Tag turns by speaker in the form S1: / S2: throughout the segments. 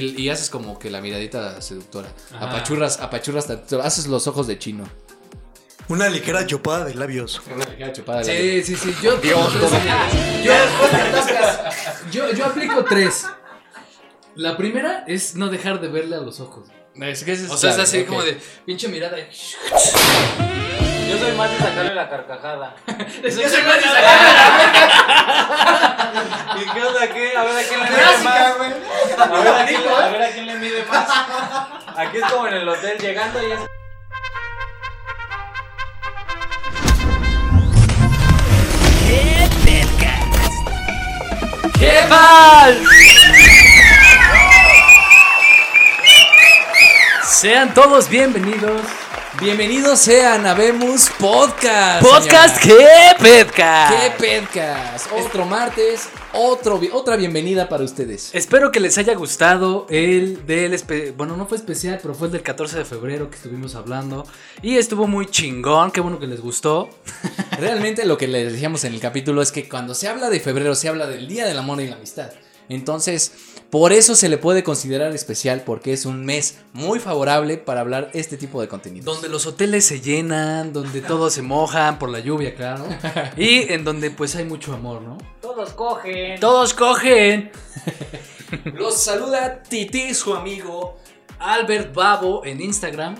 S1: Y haces como que la miradita seductora.
S2: Ajá.
S1: Apachurras, apachurras tantito. Haces los ojos de chino.
S3: Una ligera chupada de labios.
S1: Una ligera chupada de
S2: Sí,
S1: labio.
S2: sí, sí. Yo, yo, yo, yo aplico tres. La primera es no dejar de verle a los ojos.
S1: Es que ese
S2: O sea, es
S1: clave,
S2: así
S1: ok.
S2: como de pinche mirada. Yo
S4: Yo soy más de sacarle la carcajada.
S2: soy más desagradable.
S4: ¿Y qué onda qué? A ver a quién le mide más. A ver a quién, a ver a quién le mide más. Aquí es como en el hotel llegando y es.
S2: ¡Qué mal! Sean todos bienvenidos.
S1: Bienvenidos sean a Vemos Podcast.
S2: Podcast
S1: señora.
S2: qué pedca.
S1: ¡Qué podcast! Otro martes, otro, vi- otra bienvenida para ustedes.
S2: Espero que les haya gustado el del espe- bueno, no fue especial, pero fue el del 14 de febrero que estuvimos hablando y estuvo muy chingón, qué bueno que les gustó.
S1: Realmente lo que les decíamos en el capítulo es que cuando se habla de febrero se habla del Día del Amor y la Amistad. Entonces, por eso se le puede considerar especial porque es un mes muy favorable para hablar este tipo de contenidos.
S2: Donde los hoteles se llenan, donde todos se mojan por la lluvia, claro. Y en donde pues hay mucho amor, ¿no?
S4: Todos cogen.
S2: Todos cogen.
S1: Los saluda Titi, su amigo.
S2: Albert Babo en Instagram.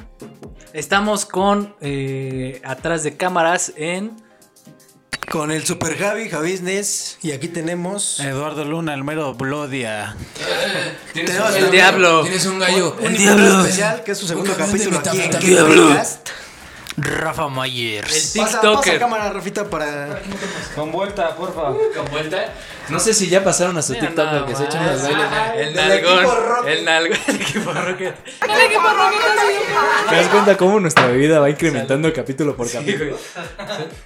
S2: Estamos con eh, atrás de cámaras en
S3: Con el Super Javi, Javisnes. Y aquí tenemos.
S2: Eh,
S5: Eduardo Luna, el mero Blodia.
S3: tenemos
S2: el
S3: un-
S2: diablo.
S1: Tienes un gallo.
S3: Un
S5: diablo.
S3: invitado especial que es su segundo
S1: Nunca
S3: capítulo
S1: vende
S3: aquí
S1: mi
S3: en
S1: tabla.
S3: Cable
S5: Diablo.
S3: Podcast.
S5: Rafa Myers.
S2: El
S3: Pasa, pasa
S2: TikToker.
S3: cámara, Rafita, para.
S4: Con vuelta, porfa.
S1: No sé si ya pasaron a su
S2: Mira
S1: TikTok
S2: nada
S1: porque se
S2: más.
S1: echan los bailes.
S2: El
S3: del
S2: nalgón.
S3: equipo Rocket.
S2: El nalgón. El equipo Rocket.
S1: ¿Te das cuenta cómo nuestra bebida va incrementando capítulo por capítulo?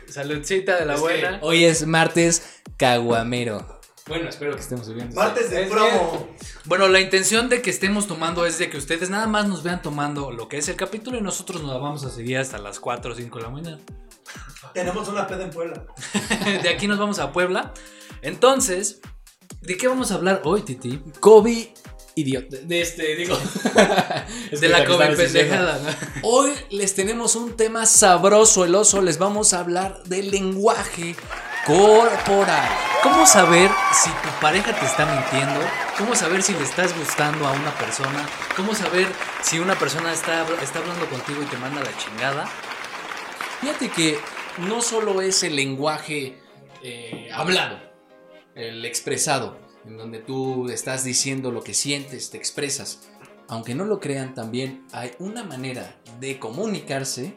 S2: Saludcita de la buena.
S1: Hoy es martes caguamero. Bueno, espero que estemos subiendo.
S3: Martes de promo.
S2: Bueno, la intención de que estemos tomando es de que ustedes nada más nos vean tomando lo que es el capítulo y nosotros nos la vamos a seguir hasta las 4 o 5 de la mañana.
S3: Tenemos una peda en Puebla.
S2: De aquí nos vamos a Puebla. Entonces, ¿de qué vamos a hablar hoy, Titi?
S1: Kobe idiota. De este, digo. Es que
S2: de la
S1: también estaba
S2: COVID
S1: diciendo.
S2: pendejada, ¿no?
S1: Hoy les tenemos un tema sabroso, el oso. Les vamos a hablar del lenguaje corporal.
S2: ¿Cómo saber si tu pareja te está mintiendo? ¿Cómo saber si le estás gustando a una persona? ¿Cómo saber si una persona está, habl- está hablando contigo y te manda la chingada?
S1: Fíjate que no solo es el lenguaje eh, hablado, el expresado, en donde tú estás diciendo lo que sientes, te expresas. Aunque no lo crean, también hay una manera de comunicarse.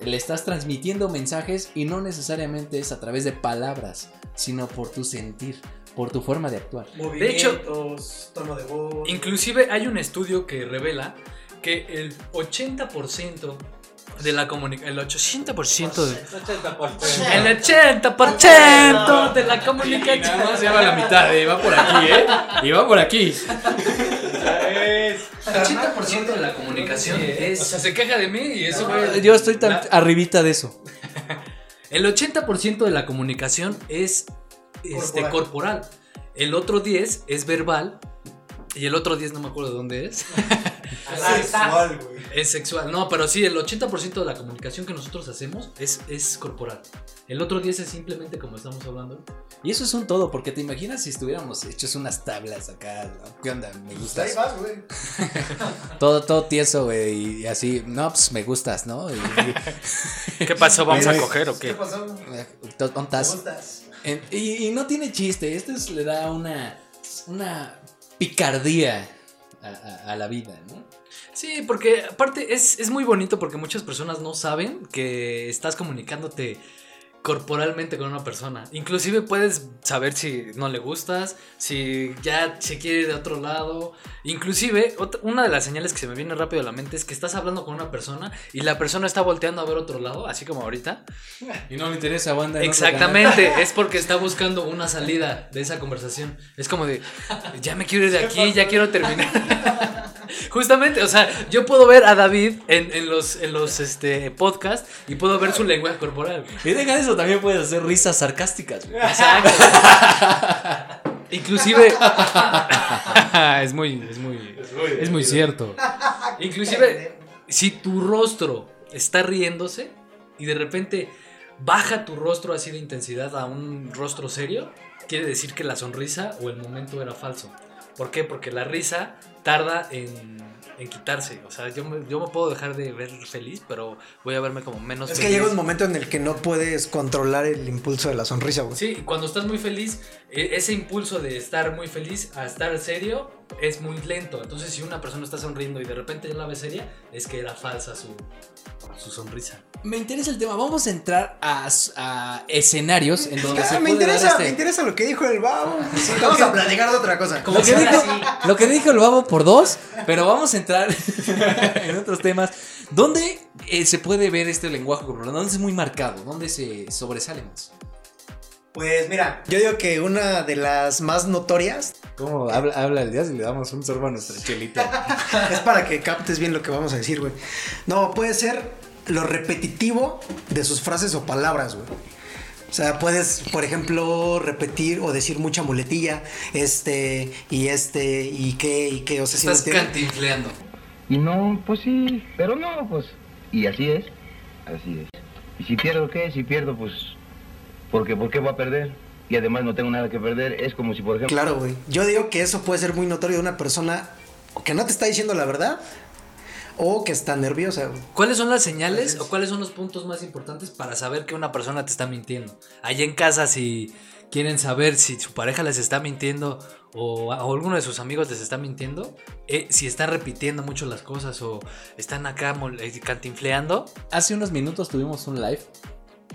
S1: Le estás transmitiendo mensajes y no necesariamente es a través de palabras, sino por tu sentir, por tu forma de actuar.
S2: De hecho-
S3: Movimientos, tono de voz.
S2: Inclusive hay un estudio que revela que el 80% de la comunicación, el 800% de... El 80% de la comunicación.
S1: va la mitad, va por aquí, ¿eh? Y va por aquí.
S2: 80% de la comunicación es... O sea, se queja de mí y eso güey.
S1: Yo estoy tan
S2: La-
S1: arribita de eso.
S2: El 80% de la comunicación es este, corporal.
S3: Corporal.
S2: El otro 10 es verbal. Y el otro 10 no me acuerdo de dónde es.
S3: Sexual, güey.
S2: Es sexual. No, pero sí, el 80% de la comunicación que nosotros hacemos es, es corporal. El otro 10 es simplemente como estamos hablando.
S1: Y eso es un todo, porque te imaginas si estuviéramos hechos unas tablas acá. ¿no? ¿Qué onda? Me
S3: Pues Ahí
S1: gustas.
S3: vas, güey.
S1: Todo, todo tieso, güey. Y así, no, pues me gustas, ¿no? Y, y-
S5: ¿Qué pasó? ¿Vamos
S1: Pero
S5: a
S1: es-
S5: coger o
S3: ¿Qué
S5: qué?
S3: pasó?
S1: to-
S3: ¿Te
S1: tontas.
S3: gustas?
S1: En- Y, y no tiene chiste. Esto es- le da una, una picardía a, a- a la vida, ¿no?
S2: Sí, porque aparte es, es muy bonito porque muchas personas no saben que estás comunicándote corporalmente con una persona. Inclusive puedes saber si no le gustas, si ya se quiere ir de otro lado. Inclusive ot- una de las señales que se me viene rápido a la mente es que estás hablando con una persona y la persona está volteando a ver otro lado, así como ahorita.
S1: Y no le interesa a banda.
S2: Exactamente, es porque está buscando una salida de esa conversación. Es como de, ya me quiero ir de aquí, ya quiero terminar. Justamente, o sea, yo puedo ver a David en, en los, en los este, podcasts y puedo ver su lenguaje corporal.
S1: Y deja eso, también puedes hacer risas sarcásticas, güey.
S2: Exacto. Inclusive es muy es muy es muy cierto. Inclusive si tu rostro está riéndose y de repente baja tu rostro así de intensidad a un rostro serio, quiere decir que la sonrisa o el momento era falso. ¿Por qué? Porque la risa tarda en, en quitarse. O sea, yo me, yo me puedo dejar de ver feliz, pero voy a verme como menos
S3: Es que
S2: feliz.
S3: llega un momento en el que no puedes controlar el impulso de la sonrisa, güey.
S2: Sí, y cuando estás muy feliz, e- ese impulso de estar muy feliz a estar serio es muy lento. Entonces, si una persona está sonriendo y de repente ya la ve seria, es que era falsa su, su sonrisa.
S1: Me interesa el tema. Vamos a entrar a, s- a escenarios en donde
S3: Ah,
S1: se
S3: me
S1: puede dar
S3: interesa,
S1: este-
S3: me interesa lo que dijo el babo. Vamos a platicar de otra cosa.
S1: Lo que, dijo, lo que dijo el babo por dos, pero vamos a entrar en otros temas. ¿Dónde eh, se puede ver este lenguaje corporal? ¿Dónde es muy marcado? ¿Dónde se sobresale más?
S3: Pues mira, yo digo que una de las más notorias
S1: ¿Cómo habla, el día si le damos un sorbo a nuestra chelita?
S3: es para que captes bien lo que vamos a decir, güey. No, puede ser lo repetitivo de sus frases o palabras, güey. O sea, puedes, por ejemplo, repetir o decir mucha muletilla, este, y este, y qué, y qué, o sea, si no
S2: Estás
S3: tiene-
S2: cantinfleando.
S6: Y no, pues sí, pero no, pues. Y así es, así es. Y si pierdo, ¿qué? Si pierdo, pues. Porque, ¿por qué voy a perder? Y además no tengo nada que perder. Es como si, por ejemplo.
S3: Claro, güey. Yo digo que eso puede ser muy notorio de una persona o que no te está diciendo la verdad o que está nerviosa, güey.
S2: ¿Cuáles son las señales o cuáles son los puntos más importantes para saber que una persona te está mintiendo? Allá en casa, si quieren saber si su pareja les está mintiendo o, a- o alguno de sus amigos les está mintiendo, eh, si están repitiendo mucho las cosas o están acá mol- eh, cantinfleando,
S1: Hace unos minutos tuvimos un live,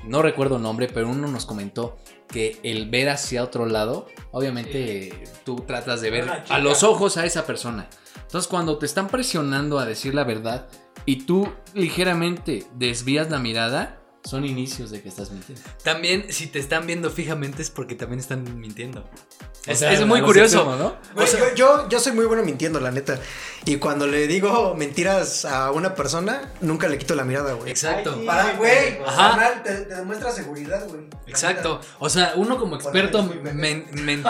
S1: no recuerdo el nombre, pero uno nos comentó que el ver hacia otro lado, obviamente tú tratas de ver a los ojos a esa persona. Entonces cuando te están presionando a decir la verdad y tú ligeramente desvías la mirada, son inicios de que estás mintiendo.
S2: También, si te están viendo fijamente es porque también están mintiendo.
S1: O
S2: Es,
S1: sea,
S2: es
S1: a
S2: muy
S1: los
S2: curioso.
S1: extremos, ¿no?
S3: Güey, yo, yo, yo soy muy bueno mintiendo, la neta. Y cuando le digo mentiras a una persona, nunca le quito la mirada, güey.
S2: Exacto.
S3: Para, güey,
S2: Ajá.
S3: carnal, te, te demuestra seguridad, güey.
S2: Exacto. O sea, uno como
S3: Bueno,
S2: experto
S3: es muy pendejo.
S2: men- men-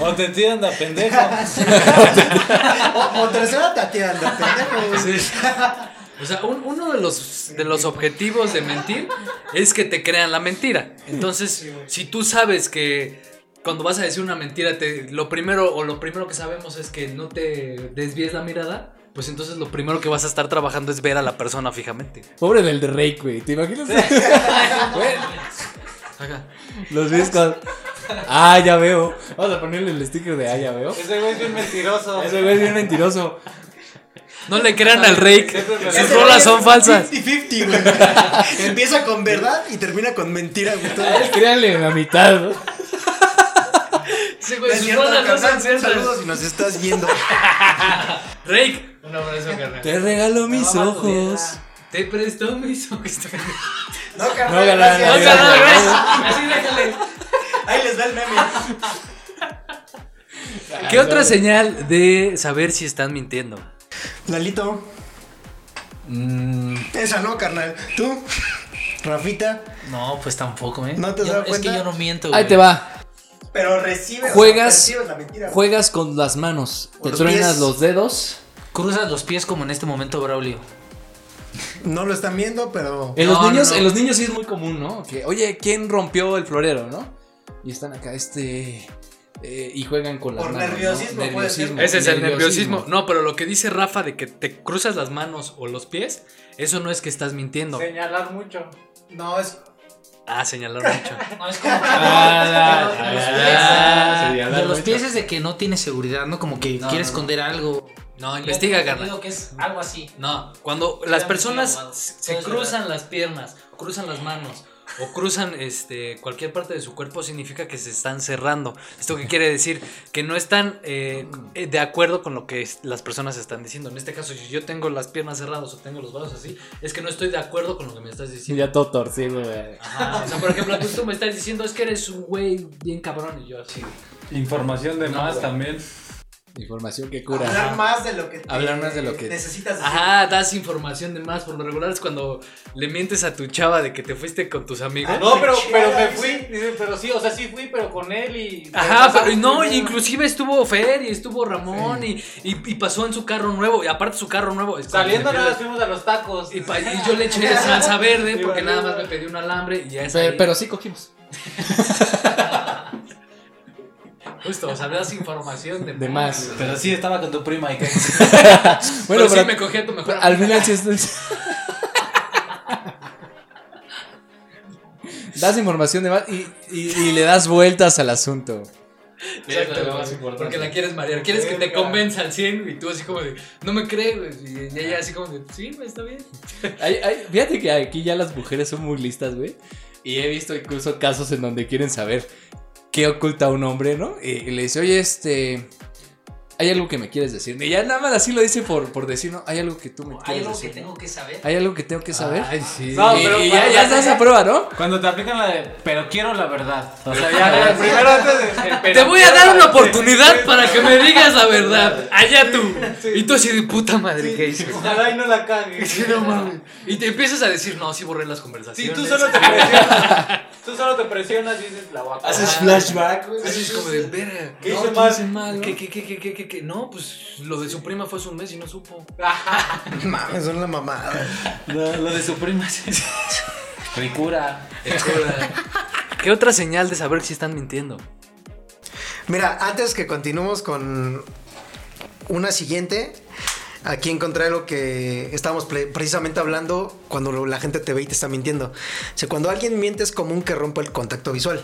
S4: O te tiran de pendejo.
S3: O, o tercera tateando, pendejo, güey.
S2: Sí. O sea, un- uno de los, de los objetivos de mentir es que te crean la mentira. Entonces, si tú sabes que cuando vas a decir una mentira, te, lo primero o lo primero que sabemos es que no te desvíes la mirada, pues entonces lo primero que vas a estar trabajando es ver a la persona fijamente.
S1: Pobre del de Rey, güey. ¿Te imaginas?
S2: Ajá.
S1: Los discos. Ah, ya veo. Vamos a ponerle el sticker de ah, ya veo.
S4: Ese güey es bien mentiroso.
S1: Ese güey es bien mentiroso.
S2: No le crean al Rake.
S4: Siempre me
S2: Sus
S4: lo-
S2: rolas son falsas.
S3: 50-50, güey. Empieza con verdad y termina con mentira, güey. Todo.
S1: Créanle la mitad. ¿no?
S2: Sí,
S3: No
S2: güey,
S3: es
S2: sus
S3: cierto,
S2: rolas no son
S3: carnal,
S2: ciertas.
S3: Saludos si nos estás viendo.
S2: Rake. Un abrazo, carnal.
S1: Te regalo mis
S4: No,
S1: ojos.
S2: Te presto mis ojos. No,
S3: No, carnal.
S1: No, carnal,
S3: gracias.
S1: no,
S2: carnal, ¿ves? Así déjale.
S3: Ahí les da el meme.
S2: ¿Qué
S5: Ah,
S2: otra señal de saber si están mintiendo?
S3: Lalito. Esa no, carnal. Tú, Rafita.
S5: No, pues tampoco, ¿eh?
S3: ¿No te has
S5: Yo-
S3: dado
S5: Es
S3: cuenta?
S5: que yo no miento, güey.
S1: Ahí te va.
S3: Pero recibes.
S1: Juegas-
S3: recibes la mentira. güey.
S1: Juegas con las manos. Te
S3: Los
S1: truenas
S3: pies.
S1: los dedos.
S5: Cruzas los pies como en este momento, Braulio.
S3: No lo están viendo, pero.
S1: En
S2: No,
S1: los
S2: no,
S1: niños,
S2: no.
S1: en los niños sí es muy común, ¿no? Que, oye, ¿quién rompió el florero, no? Y están acá, este. eh, y juegan con las
S3: Por
S1: manos. ¿no?
S3: nerviosismo, puede
S1: Nerviosismo.
S3: ser.
S2: Ese es el nerviosismo. No, pero lo que dice Rafa de que te cruzas las manos o los pies, eso no es que estás mintiendo.
S4: Señalar mucho.
S3: No, es.
S2: Ah, señalar mucho.
S5: No, es como.
S4: Ah,
S5: de los pies es de que no tienes seguridad, ¿no? Como que quiere esconder algo.
S2: No, investiga,
S5: Digo
S2: carnal.
S5: que es algo así.
S2: No, cuando las
S5: muy aguado.
S2: personas se
S5: Todo es
S2: cruzan las piernas, o cruzan las manos o cruzan este cualquier parte de su cuerpo significa que se están cerrando. Esto que quiere decir que no están eh, eh, de acuerdo con lo que es- las personas están diciendo. En este caso, si yo tengo las piernas cerradas o tengo los brazos así, es que no estoy de acuerdo con lo que me estás diciendo.
S1: ya todo torcido, güey.
S2: Ajá, o sea, por ejemplo, tú, tú me estás diciendo es que eres un güey bien cabrón y yo así.
S4: Información de más también.
S1: Información que cura.
S2: Ah,
S7: Hablar más de lo que te-
S1: Hablar más de lo que-
S7: necesitas decir.
S2: Ajá, das información de más. Por lo regular es cuando le mientes a tu chava de que te fuiste con tus amigos.
S4: No, pero,
S7: Chida,
S4: pero me
S7: dice.
S4: fui. Dice, Pero sí, o sea, sí fui, pero con él y.
S2: Ajá, pero y
S4: y
S2: no, y inclusive estuvo Fer y estuvo Ramón y, y, y pasó en su carro nuevo. Y aparte su carro nuevo. es cuando
S4: Saliendo
S2: me
S4: nada,
S2: pierde-
S4: más fuimos a los tacos.
S2: y, pa- y yo le eché salsa verde porque nada más me pedí un alambre y ya es
S1: Pero,
S2: ahí.
S1: pero sí cogimos.
S2: Justo, o sea, das información de,
S1: De más.
S2: Pero,
S4: Pero sí, estaba con tu prima y que.
S1: Bueno,
S2: sí
S1: pero,
S2: me cogí a tu mejor
S1: pero al
S2: amiga.
S1: final sí es. das información de más y, y- y le das vueltas al asunto.
S2: Exacto,
S4: Eso es lo más
S2: güey,
S4: importante.
S2: Porque la quieres marear, quieres que te
S4: Verga.
S2: convenza al 100 y tú así como de, no me crees, güey", y ella así como de, sí, güey, está bien.
S1: Ay, ay, fíjate que aquí ya las mujeres son muy listas, güey. Y he visto incluso casos en donde quieren saber qué oculta un hombre, ¿no? Y, y le dice, oye, este. Hay algo que me quieres decir. Y ya nada más así lo dice por, por decir, ¿no? Hay algo que tú me
S5: Hay
S1: quieres
S5: algo que
S1: decir.
S5: tengo que saber.
S1: Hay algo que tengo que saber.
S2: Ay, sí.
S4: No,
S1: y
S4: pero
S1: y ya,
S4: cuando
S1: ya
S4: la
S1: estás
S4: tenga-
S1: a prueba, ¿no?
S4: Cuando te aplican la de, pero quiero la verdad. O sea, ya, el primero antes de. el pero
S2: Te voy a
S4: quiero
S2: dar
S4: la
S2: una
S4: verdad.
S2: oportunidad para que me digas la verdad. Allá tú. Y tú así de puta madre, ¿qué hice?
S4: Ojalá y no la cague.
S2: Sí, no mames. Y te empiezas a decir, no, sí borré las
S4: Sí,
S2: conversaciones.
S4: tú solo te presionas. Tú solo te presionas y dices la vaca.
S2: Haces
S3: flashback, güey.
S2: Así es como de, verga.
S4: ¿Qué
S2: no,
S4: hice
S2: ¿qué
S4: mal?
S2: hice mal? ¿Qué, qué, qué, qué, qué, qué, qué? No, pues lo de su prima fue hace un mes y no supo.
S3: Mames, son la mamada.
S4: Lo, lo de su prima. Ricura.
S2: ¿Qué otra señal de saber si están mintiendo?
S3: Mira, antes que continuemos con una siguiente, aquí encontré lo que estábamos pre- precisamente hablando cuando lo- la gente te ve y te está mintiendo. O sea, cuando alguien miente es común que rompa el contacto visual.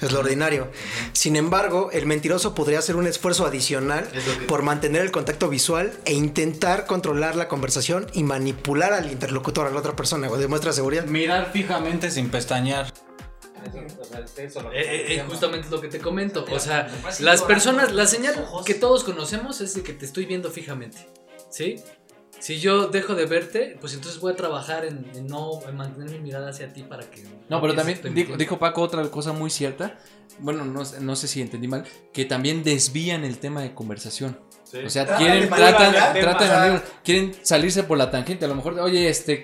S3: Es lo ordinario. Sin embargo, el mentiroso podría hacer un esfuerzo adicional por mantener el contacto visual e intentar controlar la conversación y manipular al interlocutor, a la otra persona, o demuestra seguridad.
S8: Mirar fijamente sin pestañear.
S2: Eh, eh, eh, justamente es lo que te comento. O sea,
S5: Así
S2: las
S5: llorando,
S2: personas, la
S5: los
S2: señal
S5: ojos.
S2: que todos conocemos es de que te estoy viendo fijamente. ¿Sí? Si yo dejo de verte, pues entonces voy a trabajar en, en no en mantener mi mirada hacia ti para que.
S1: No, pero
S2: que
S1: también
S2: te
S1: dijo,
S2: entienda.
S1: dijo Paco otra cosa muy cierta. Bueno, no, sé- no sé si entendí mal. Que también desvían el tema de conversación. O sea,
S7: Tratan de
S1: quieren,
S7: manipular
S1: tratan,
S7: el
S1: tratan
S7: tema.
S1: de- quieren salirse por la tangente. A lo mejor, oye, este,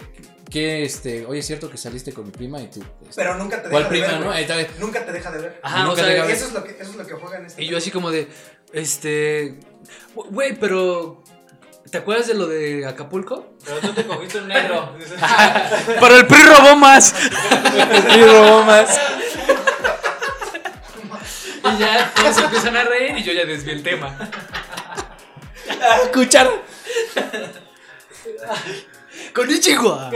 S1: que este, oye, es cierto que saliste con mi prima y tú. este,
S7: Pero nunca te deja
S1: ¿Cuál
S7: de
S1: prima,
S7: ver.
S1: no?
S2: Eh,
S1: Ahí
S7: güey.
S1: está.
S7: Nunca te deja de ver.
S2: Ajá, o
S1: nunca
S2: sea,
S1: llega a ver.
S7: Eso es lo que, eso es lo que juegan este.
S2: ah, Y yo así como de, este, güey, pero, ¿te acuerdas de lo de Acapulco?
S4: Pero tú te cogiste un negro. Dices,
S7: Ah.
S2: Pero el PRI robó más.
S1: Y robó más.
S2: Y ya todos se empiezan a reír y yo ya desvié el tema.
S1: Cuchara.
S2: Con Ichigua.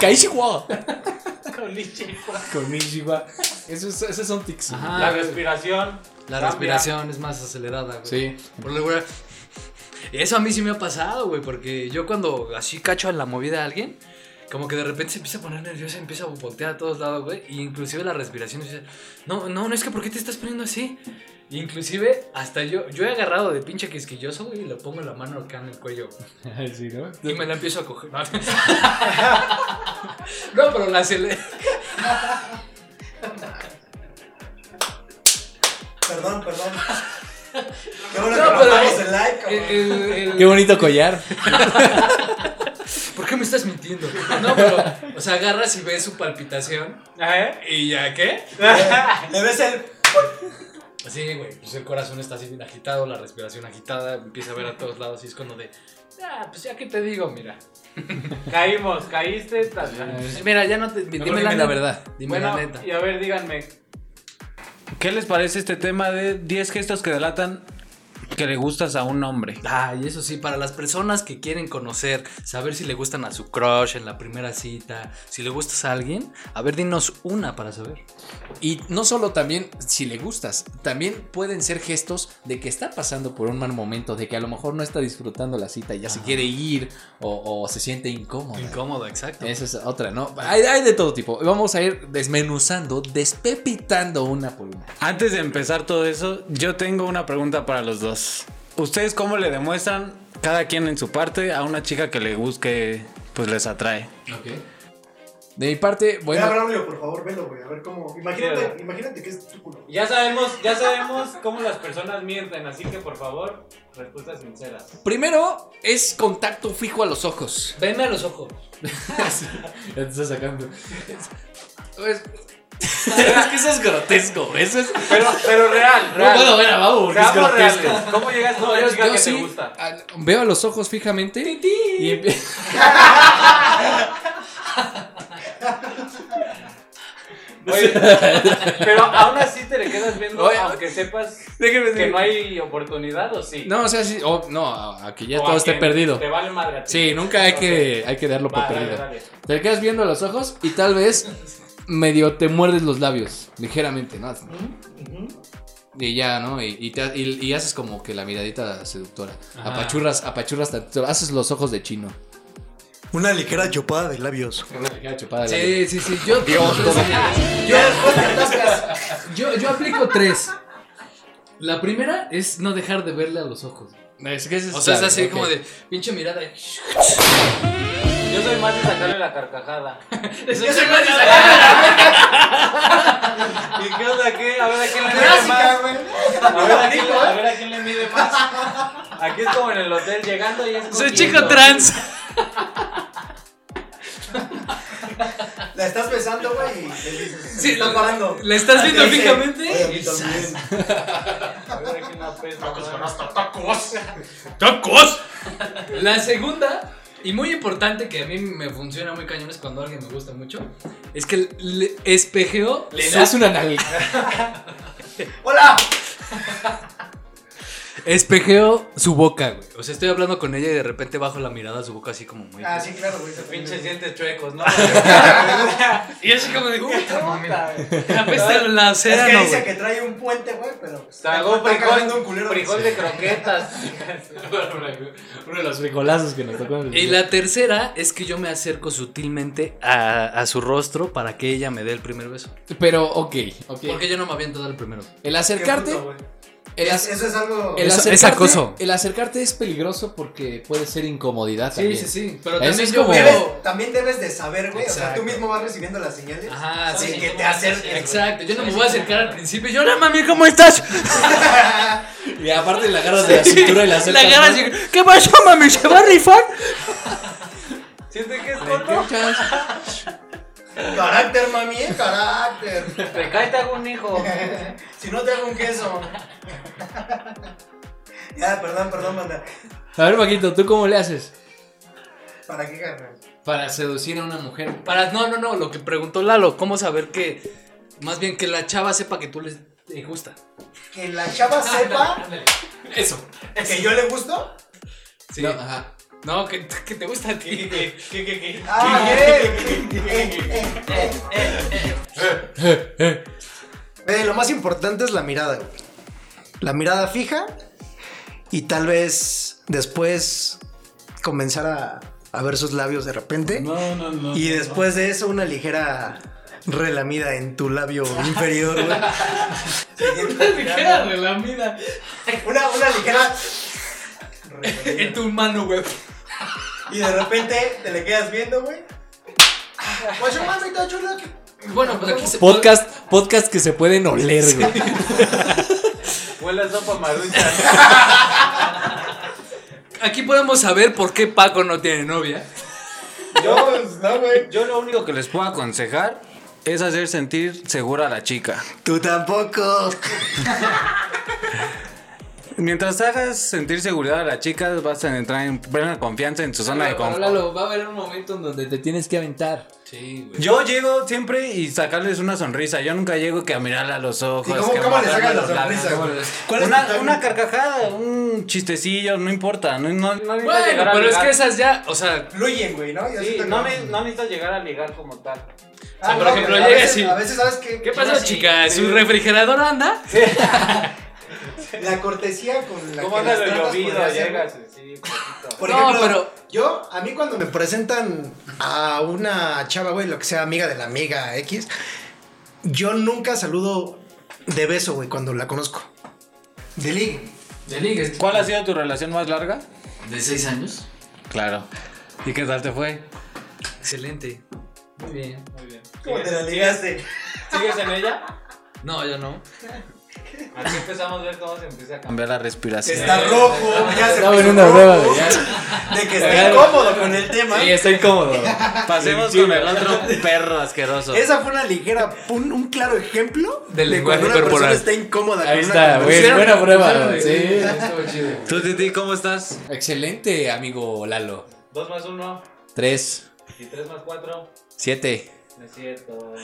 S1: Kaishiwa.
S4: "Ah, "Con leche".
S1: Con Ishiwa. Esos, esos son tics. güey.
S8: Ah.
S2: Ajá.
S4: La respiración.
S2: La
S4: Cambia.
S2: respiración es más acelerada, güey.
S1: Sí.
S2: Por lo regular- Eso a mí sí me ha pasado, güey, porque yo cuando así cacho en la movida a alguien, como que de repente se empieza a poner nerviosa, empieza a voltear a todos lados, güey, y inclusive la respiración dice, no, no, no es que ¿por qué te estás poniendo así? Inclusive hasta yo, yo he agarrado de pinche quisquilloso, güey, y le pongo la mano acá en el cuello, güey,
S1: Sí, ¿no?
S2: y me la empiezo a coger. No, No, pero la acelero.
S7: Perdón, perdón. Qué
S2: No,
S7: bueno que
S2: pero-
S7: no pagamos el like,
S2: El- el-
S7: cabrón.
S2: el-
S1: Qué bonito collar.
S2: ¿Por qué me estás mintiendo? No, pero, o sea, agarras y ves su palpitación,
S4: ¿Eh?
S2: y ya, ¿qué?
S7: Le ves el.
S2: Así, güey, pues el corazón está así bien agitado, la respiración agitada, empieza a ver a todos lados y es cuando de, ah, pues ya que te digo, mira.
S4: Caímos, caíste. ta, ta.
S2: Pues, Mira, ya no te...
S1: Mejor dime la
S2: neta.
S1: verdad.
S2: Dime
S4: Bueno,
S2: la neta.
S4: y a ver, díganme.
S8: ¿Qué les parece este tema de 10 gestos que delatan que le gustas a un hombre?
S2: Ay, Ah, eso sí, para las personas que quieren conocer, saber si le gustan a su crush en la primera cita, si le gustas a alguien, a ver, dinos una para saber.
S1: Y no solo también si le gustas, también pueden ser gestos de que está pasando por un mal momento, de que a lo mejor no está disfrutando la cita y ya se quiere ir o, o se siente incómoda.
S2: Incómodo, exacto.
S1: Esa es otra, ¿no? Hay, hay de todo tipo. Vamos a ir desmenuzando, despepitando una por una.
S8: Antes de empezar todo eso, yo tengo una pregunta para los dos. ¿Ustedes cómo le demuestran cada quien en su parte a una chica que le busque, pues les atrae?
S1: De mi parte,
S7: Bueno.
S1: bueno,
S7: Braulio, por favor, velo, güey. A ver cómo. Imagínate,
S4: Velo.
S7: imagínate que es tu culo.
S4: Ya sabemos, ya sabemos cómo las personas mienten, así que por favor, respuestas sinceras.
S1: primero es contacto fijo a los ojos.
S2: Venme a los ojos.
S1: Ya te estás sacando. Es, es que eso es grotesco. Eso es.
S4: Pero, pero real,
S1: No
S4: real.
S1: puedo ver a Babu porque es
S4: Seamos
S1: grotesco.
S4: reales. ¿Cómo llegas tú a
S1: Yo-
S4: la chica
S1: yo
S4: que
S1: sí,
S4: te gusta?
S1: al- veo a los ojos fijamente. Y empie-
S4: Oye, pero aún así te le quedas viendo,
S1: Oye,
S4: aunque sepas
S1: Déjenme
S4: que
S1: decir-
S4: no hay oportunidad o sí.
S1: No, o sea, sí. o- no, a, a que ya
S4: O
S1: todo
S4: a
S1: esté
S4: que
S1: perdido.
S4: Te vale madre a ti.
S1: Sí, nunca hay
S4: Ok.
S1: que, hay que darlo por
S4: Va, dale,
S1: perdido.
S4: dale.
S1: Te le quedas viendo a los ojos y tal vez medio te muerdes los labios, ligeramente, ¿no? Y ya, ¿no? Y, y te- y- y haces como que la miradita seductora.
S2: Ajá.
S1: Apachurras, apachurras tantito. Haces los ojos de chino.
S3: Una ligera chupada de labios.
S1: Una ligera chupada de labio.
S2: Sí, sí, sí. Yo, yo, yo aplico tres. La primera es no dejar de verle a los ojos.
S1: Es que ese
S2: O sea, es
S1: clave,
S2: así
S1: ok.
S2: como de pinche mirada.
S4: Yo soy más de sacarle la carcajada. ¿Y qué onda qué? A ver a quién le mide más. A ver a quién, le- a ver a quién le mide más. ¿eh? Aquí es como en el hotel llegando y es
S2: Soy
S4: cogiendo.
S2: chico trans.
S7: La estás besando, güey, y le dices.
S2: Sí,
S7: estás parando.
S2: ¿La estás viendo
S7: Te dice, "Oye, a
S2: fijamente? "Ah,
S7: mí también".
S4: A ver a quién la pesa.
S7: pues
S2: La segunda, y muy importante que a mí me funciona muy cañón es cuando alguien me gusta mucho, es que le espejeo.
S1: Le
S2: su-
S1: das una nalga.
S7: ¡Hola!
S2: Espejeo su boca, güey. O sea, estoy hablando con ella y de repente bajo la mirada a su boca así como muy.
S7: Ah, sí, claro, güey. se
S4: Pinches
S7: prende.
S4: dientes chuecos, ¿no?
S2: Y yo así como digo, puta mami.
S7: Es
S2: Me apesta el océano,
S7: que
S2: güey.
S7: dice que trae un puente, güey, pero.
S4: Tragó
S7: está cagando un
S4: frijol,
S7: culero.
S4: frijol de croquetas.
S1: Uno de los frijolazos que nos tocó. en el-
S2: Y la tercera es que yo me acerco sutilmente a, a su rostro para que ella me dé el primer beso.
S1: Pero, ok, ok.
S2: Porque yo no me aviento a dar el primero.
S1: El
S7: Qué
S1: acercarte.
S7: puto, güey.
S1: el
S7: Es-
S1: ac-
S7: Eso es algo.
S1: el
S2: Eso- es
S1: acercarte,
S2: acoso.
S1: El acercarte es peligroso porque puede ser incomodidad también.
S2: sí. Pero
S1: Eso
S2: también
S1: es
S2: yo
S1: como-
S7: Debes-
S2: veo.
S7: también debes de saber, güey. O sea,
S2: Exacto.
S7: tú mismo vas recibiendo las señales.
S2: Ajá,
S7: Así
S2: sí.
S7: que te acerques.
S2: Exacto, yo no me voy a acercar al principio. Yo, hola mami, ¿cómo estás?
S1: Y aparte la agarras de la cintura y la acercas.
S2: La cara
S1: ¿no?
S2: así, ¿qué pasó mami? ¿Se va a rifar?
S4: Siente que es
S1: ¿Qué
S4: corto.
S1: chas?
S7: güey. Carácter, mami, eh, carácter.
S4: Te cae, te hago un hijo.
S7: Si no te hago un queso. ya, perdón, perdón, banda.
S1: A ver, Paquito, ¿tú cómo le haces?
S7: ¿Para qué carnal?
S1: Para seducir a una mujer.
S2: Para, no, no, no, lo que preguntó Lalo, ¿cómo saber que, más bien que la chava sepa que tú les te gusta?
S7: Que la chava sepa
S2: Eso.
S7: que yo le gusto.
S2: Sí.
S1: No,
S2: No,
S1: ajá.
S2: que, que te gusta a ti.
S7: Ah, bien. Eh, eh, eh, eh.
S3: Eh, lo más importante es la mirada, güey. La mirada fija y tal vez después comenzar a, a ver sus labios de repente.
S8: No, no, no.
S3: y después de eso una ligera relamida en tu labio inferior, güey.
S2: Ligera relamida.
S7: Una, una ligera.
S2: En tu mano, güey.
S7: Y de repente te le quedas viendo, güey. Oye, mami, está chula.
S2: Bueno, pues aquí se
S1: Podcast, podcast que se pueden oler, güey.
S4: Huele a sopa marucha.
S2: Aquí podemos saber por qué Paco no tiene novia.
S7: No, no, güey.
S8: Yo lo único que les puedo aconsejar es hacer sentir segura a la chica.
S3: Tú tampoco.
S8: Mientras hagas sentir seguridad a la chica, vas a entrar en plena confianza en su zona de
S1: Pero,
S8: confort.
S1: Lalo, va a haber un momento en donde te tienes que aventar.
S2: Sí, güey.
S8: Yo llego siempre y sacarles una sonrisa. Yo nunca llego que a mirarle a los ojos.
S7: ¿Y cómo,
S8: que a
S7: cómo le
S8: mostrarle
S7: sacas la
S8: los labios.
S7: sonrisa, güey? ¿Cuál es tu
S8: Una,
S7: timing?
S8: una carcajada, un chistecillo, no importa. No, no- no-
S2: Bueno,
S4: llegar a
S2: pero es
S4: ligar.
S2: que esas ya, o sea,
S7: Fluyen, güey, ¿no? Yo
S4: Sí,
S7: siento
S4: no,
S7: que-
S4: ne- no necesitas llegar a ligar como tal.
S7: Ah,
S2: por
S7: no,
S2: ejemplo,
S7: güey, a
S2: llegas
S7: veces-
S2: y-
S7: A veces, ¿sabes qué?
S2: ¿qué pasó,
S7: Sí,
S2: chica?
S7: sí.
S2: ¿Su refrigerador anda?
S7: La cortesía con la
S4: ¿Cómo
S7: que
S4: andas
S7: las
S4: de
S7: tratas
S4: llovido?
S7: podría ser,
S4: Llegas,
S7: güey.
S4: sí, poquito.
S7: Por
S2: No,
S7: ejemplo,
S2: pero-
S7: yo, a mí cuando me
S3: Me presentan a una chava, güey, lo que sea amiga de la amiga X. Yo nunca saludo de beso, güey, cuando la conozco.
S7: de ligue.
S2: De ligues.
S8: ¿Cuál ha sido tu relación más larga?
S2: ¿De seis años?
S8: Claro. ¿Y qué tal te fue?
S2: Excelente. Muy bien.
S4: Muy bien.
S7: ¿Cómo te la
S4: ¿Sigues-
S7: ligaste?
S4: ¿Sigues en ella?
S2: No, yo no.
S4: Aquí empezamos a ver cómo se empieza a cambiar.
S8: Cambiar la respiración.
S7: Está rojo,
S3: Ah,
S7: ya se puso rojo. De que está incómodo con el tema.
S2: Sí, estoy incómodo.
S8: Pasemos con el otro perro asqueroso.
S3: Esa fue una ligera, un, un claro ejemplo
S2: Del
S3: de
S2: lenguaje
S3: cuando una persona
S2: corporal.
S3: está incómoda.
S1: Ahí
S3: con
S1: está,
S3: una
S1: güey.
S3: conversación.
S1: buena prueba.
S2: Sí,
S1: Sí.
S2: estuvo chido.
S8: ¿Tú, Titi, cómo estás?
S1: Excelente, amigo Lalo.
S4: Dos más uno
S1: 3,
S4: y tres más cuatro.
S1: 7.
S4: No es cierto.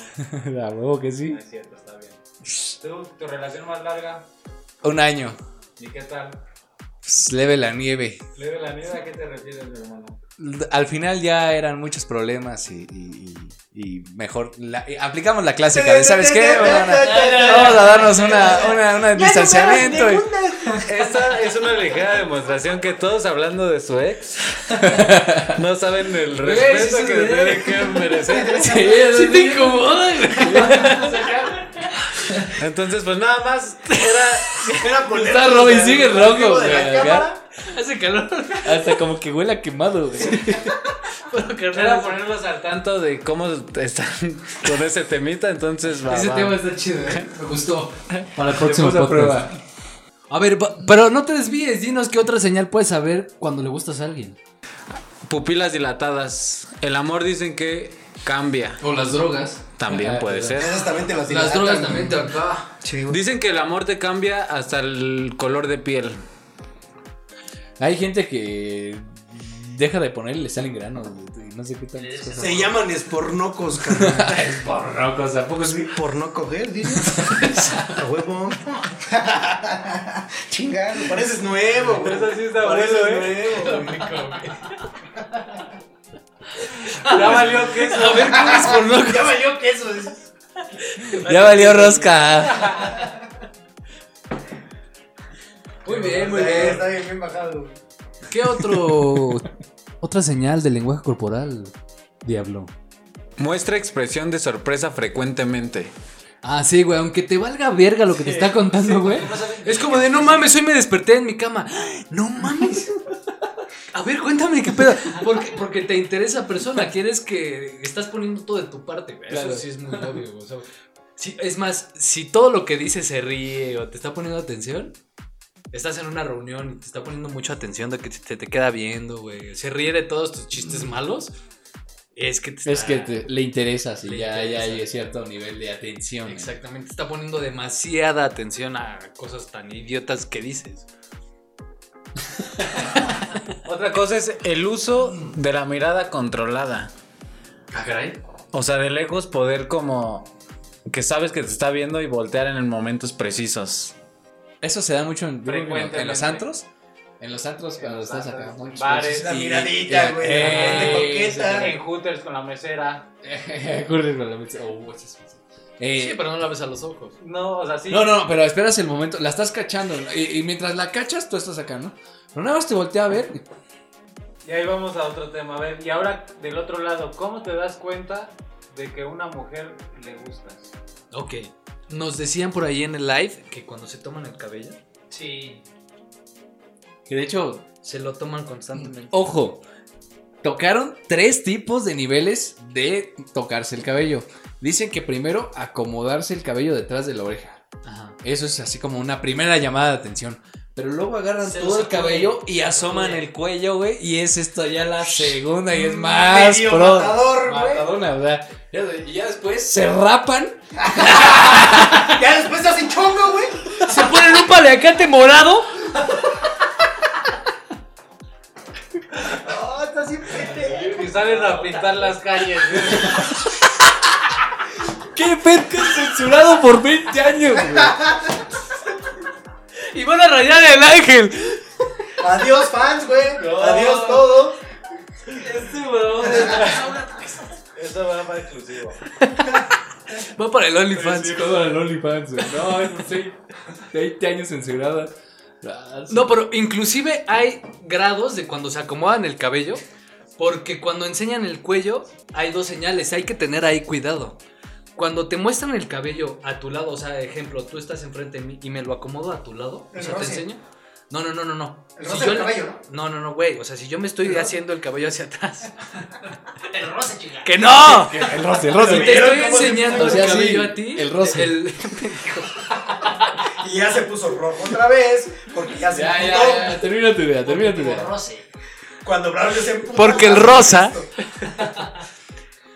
S1: La huevo que sí.
S4: No es cierto, está bien. ¿Tú, tu relación más larga?
S1: Un año.
S4: ¿Y qué tal?
S1: Pues, leve la nieve.
S4: Leve la nieve, ¿a qué te refieres, mi hermano?
S1: Al final ya eran muchos problemas y, y- y- y mejor. la- y aplicamos la clásica de:
S7: Pero,
S1: ¿Sabes
S7: pero,
S1: qué?
S7: pero,
S1: Vamos
S7: pero,
S1: a-
S7: pero,
S1: vamos a darnos una, una, una distanciamiento. y-
S8: Esta es una ligera demostración que todos hablando de su ex no saben el respeto que tienen que merecer.
S2: Sí, sí te incomoda, güey.
S8: Entonces, pues nada más era
S7: Era poner-
S2: Está Robin, sigue
S7: el
S2: rojo,
S7: objetivo de la
S2: güey, acá.
S7: cámara.
S2: Hace calor.
S1: Hasta como que huele a quemado. güey.
S2: Bueno, carnal,
S8: Era ponerlos al tanto de cómo están con ese temita, entonces va.
S2: Ese
S8: va.
S2: tema está chido, ¿eh? me gustó.
S5: Para el
S1: Te puse a prueba.
S2: A ver, va- pero no te desvíes, dinos qué otra señal puedes saber cuando le gustas a alguien.
S8: Pupilas dilatadas. El amor dicen que cambia.
S2: O las drogas.
S8: También puede ser.
S7: Esas también te las
S2: Las
S7: dilatan,
S2: drogas
S7: güey.
S2: también te acá.
S3: Sí, güey.
S8: Dicen que el amor te cambia hasta el color de piel.
S1: Hay gente que deja de poner y le salen granos. güey, y No sé qué tal.
S3: Se llaman espornocos, carnal. Pornoco, ¿eh? Dices. A huevo. Chinga,
S7: Pareces nuevo, güey. Eso sí está bueno, eh.
S4: Ya valió que eso.
S7: Ya valió queso. es-
S1: Ya valió rosca.
S2: Muy bien, muy
S7: Está bien,
S2: bien.
S7: Está bien, bien bajado, güey.
S2: ¿Qué otro otra señal del lenguaje corporal? Diablo.
S8: Muestra expresión de sorpresa frecuentemente.
S2: Ah, sí, güey, aunque te valga verga lo que te está contando, güey. es como de, no mames, hoy me desperté en mi cama. No mames. A ver, cuéntame qué pedo. Porque, porque te interesa persona, quieres que estás poniendo todo de tu parte, güey. Eso sí es muy obvio, güey. o sea, sí, es más, si todo lo que dice se ríe o te está poniendo atención, estás en una reunión y te está poniendo mucha atención de que te, te queda viendo, güey. Se ríe de todos tus chistes malos. Es que te está...
S1: Mm. Es que te- le interesa, sí,
S2: Le
S1: ya, ya
S2: interesa.
S1: hay cierto nivel de atención. ¿eh?
S2: Exactamente, está poniendo demasiada atención a cosas tan idiotas que dices.
S8: Otra cosa es el uso de la mirada controlada.
S2: Ah, caray.
S8: O sea, de lejos poder como que sabes que te está viendo y voltear en momentos precisos.
S1: Eso se da mucho en, yo creo que en- en los
S4: Frecuentemente.
S1: antros. En los antros cuando
S4: los
S1: estás acá.
S4: antros,
S1: muchos
S4: bares,
S1: pinches-
S7: La
S1: y-
S7: miradita,
S1: y-
S7: güey.
S1: eh,
S7: la
S1: eh,
S7: coqueta.
S4: En Hooters con la mesera.
S1: Ocurre con la mesa. Oh, esa es- Eh,
S2: Sí, pero no la ves a los ojos.
S4: No, o sea, sí.
S1: No, no, pero esperas el momento. La estás cachando. Y, y mientras la cachas, tú estás acá, ¿no? Pero nada más te voltea a ver.
S4: Y ahí vamos a otro tema. A ver, y ahora del otro lado, ¿cómo te das cuenta de que a una mujer le gustas?
S2: Ok. Nos decían por ahí en el live que cuando se toman el cabello,
S4: Sí.
S1: Que de hecho,
S2: se lo toman constantemente.
S1: Ojo, tocaron tres tipos de niveles de tocarse el cabello. Dicen que primero acomodarse el cabello detrás de la oreja.
S2: Ajá.
S1: Eso es así como una primera llamada de atención. Pero luego agarran
S4: Se
S1: todo
S4: lo
S1: el cabello
S4: sacude,
S1: y
S4: se
S1: asoman
S4: sacude.
S1: el cuello, güey. Y es esto ya la segunda y es más
S7: Medio
S1: pro.
S7: matador, güey.
S1: Matadona, o sea, ya- Y ya después se rapan.
S7: Ya después te hacen chongo, güey.
S1: Se ponen un paliacate morado.
S7: No, estás bien pendejo.
S4: Y salen a pintar las calles. güey.
S1: ¡Qué pete censurado por 20 años, güey!
S2: Y van a rayar el ángel.
S7: Adiós, fans, güey. Adiós, todo.
S4: Eso va para exclusivo.
S2: Va para el OnlyFans.
S1: Todo el OnlyFans, güey. No, eso sí. 20 años censurada. Ah, sí.
S2: No, pero inclusive hay grados de cuando se acomodan el cabello, porque cuando enseñan el cuello hay dos señales, hay que tener ahí cuidado. Cuando te muestran el cabello a tu lado, o sea, ejemplo, tú estás enfrente de mí y me lo acomodo a tu lado, o
S7: El
S2: sea, te
S7: roce.
S2: enseño. No, no, no, no, no.
S7: El roce del
S2: le-
S7: cabello,
S2: No, no, no, güey. O sea, si yo me estoy haciendo el cabello hacia atrás.
S5: El rosa, chica.
S2: ¡Que no!
S1: El roce, el
S2: Si
S1: roce.
S2: te estoy
S7: ¿Cómo se
S2: enseñando
S1: puso
S2: el
S1: el cabello?
S2: cabello a ti.
S1: El roce.
S2: el-
S7: Y ya se puso rojo otra vez. Porque ya se
S1: Ya, ya,
S7: emputó.
S1: ya, termina tu idea, termina tu idea.
S5: roce.
S7: Cuando Braulio se emputó.
S2: Porque el
S7: ya se
S2: rosa-
S7: puso.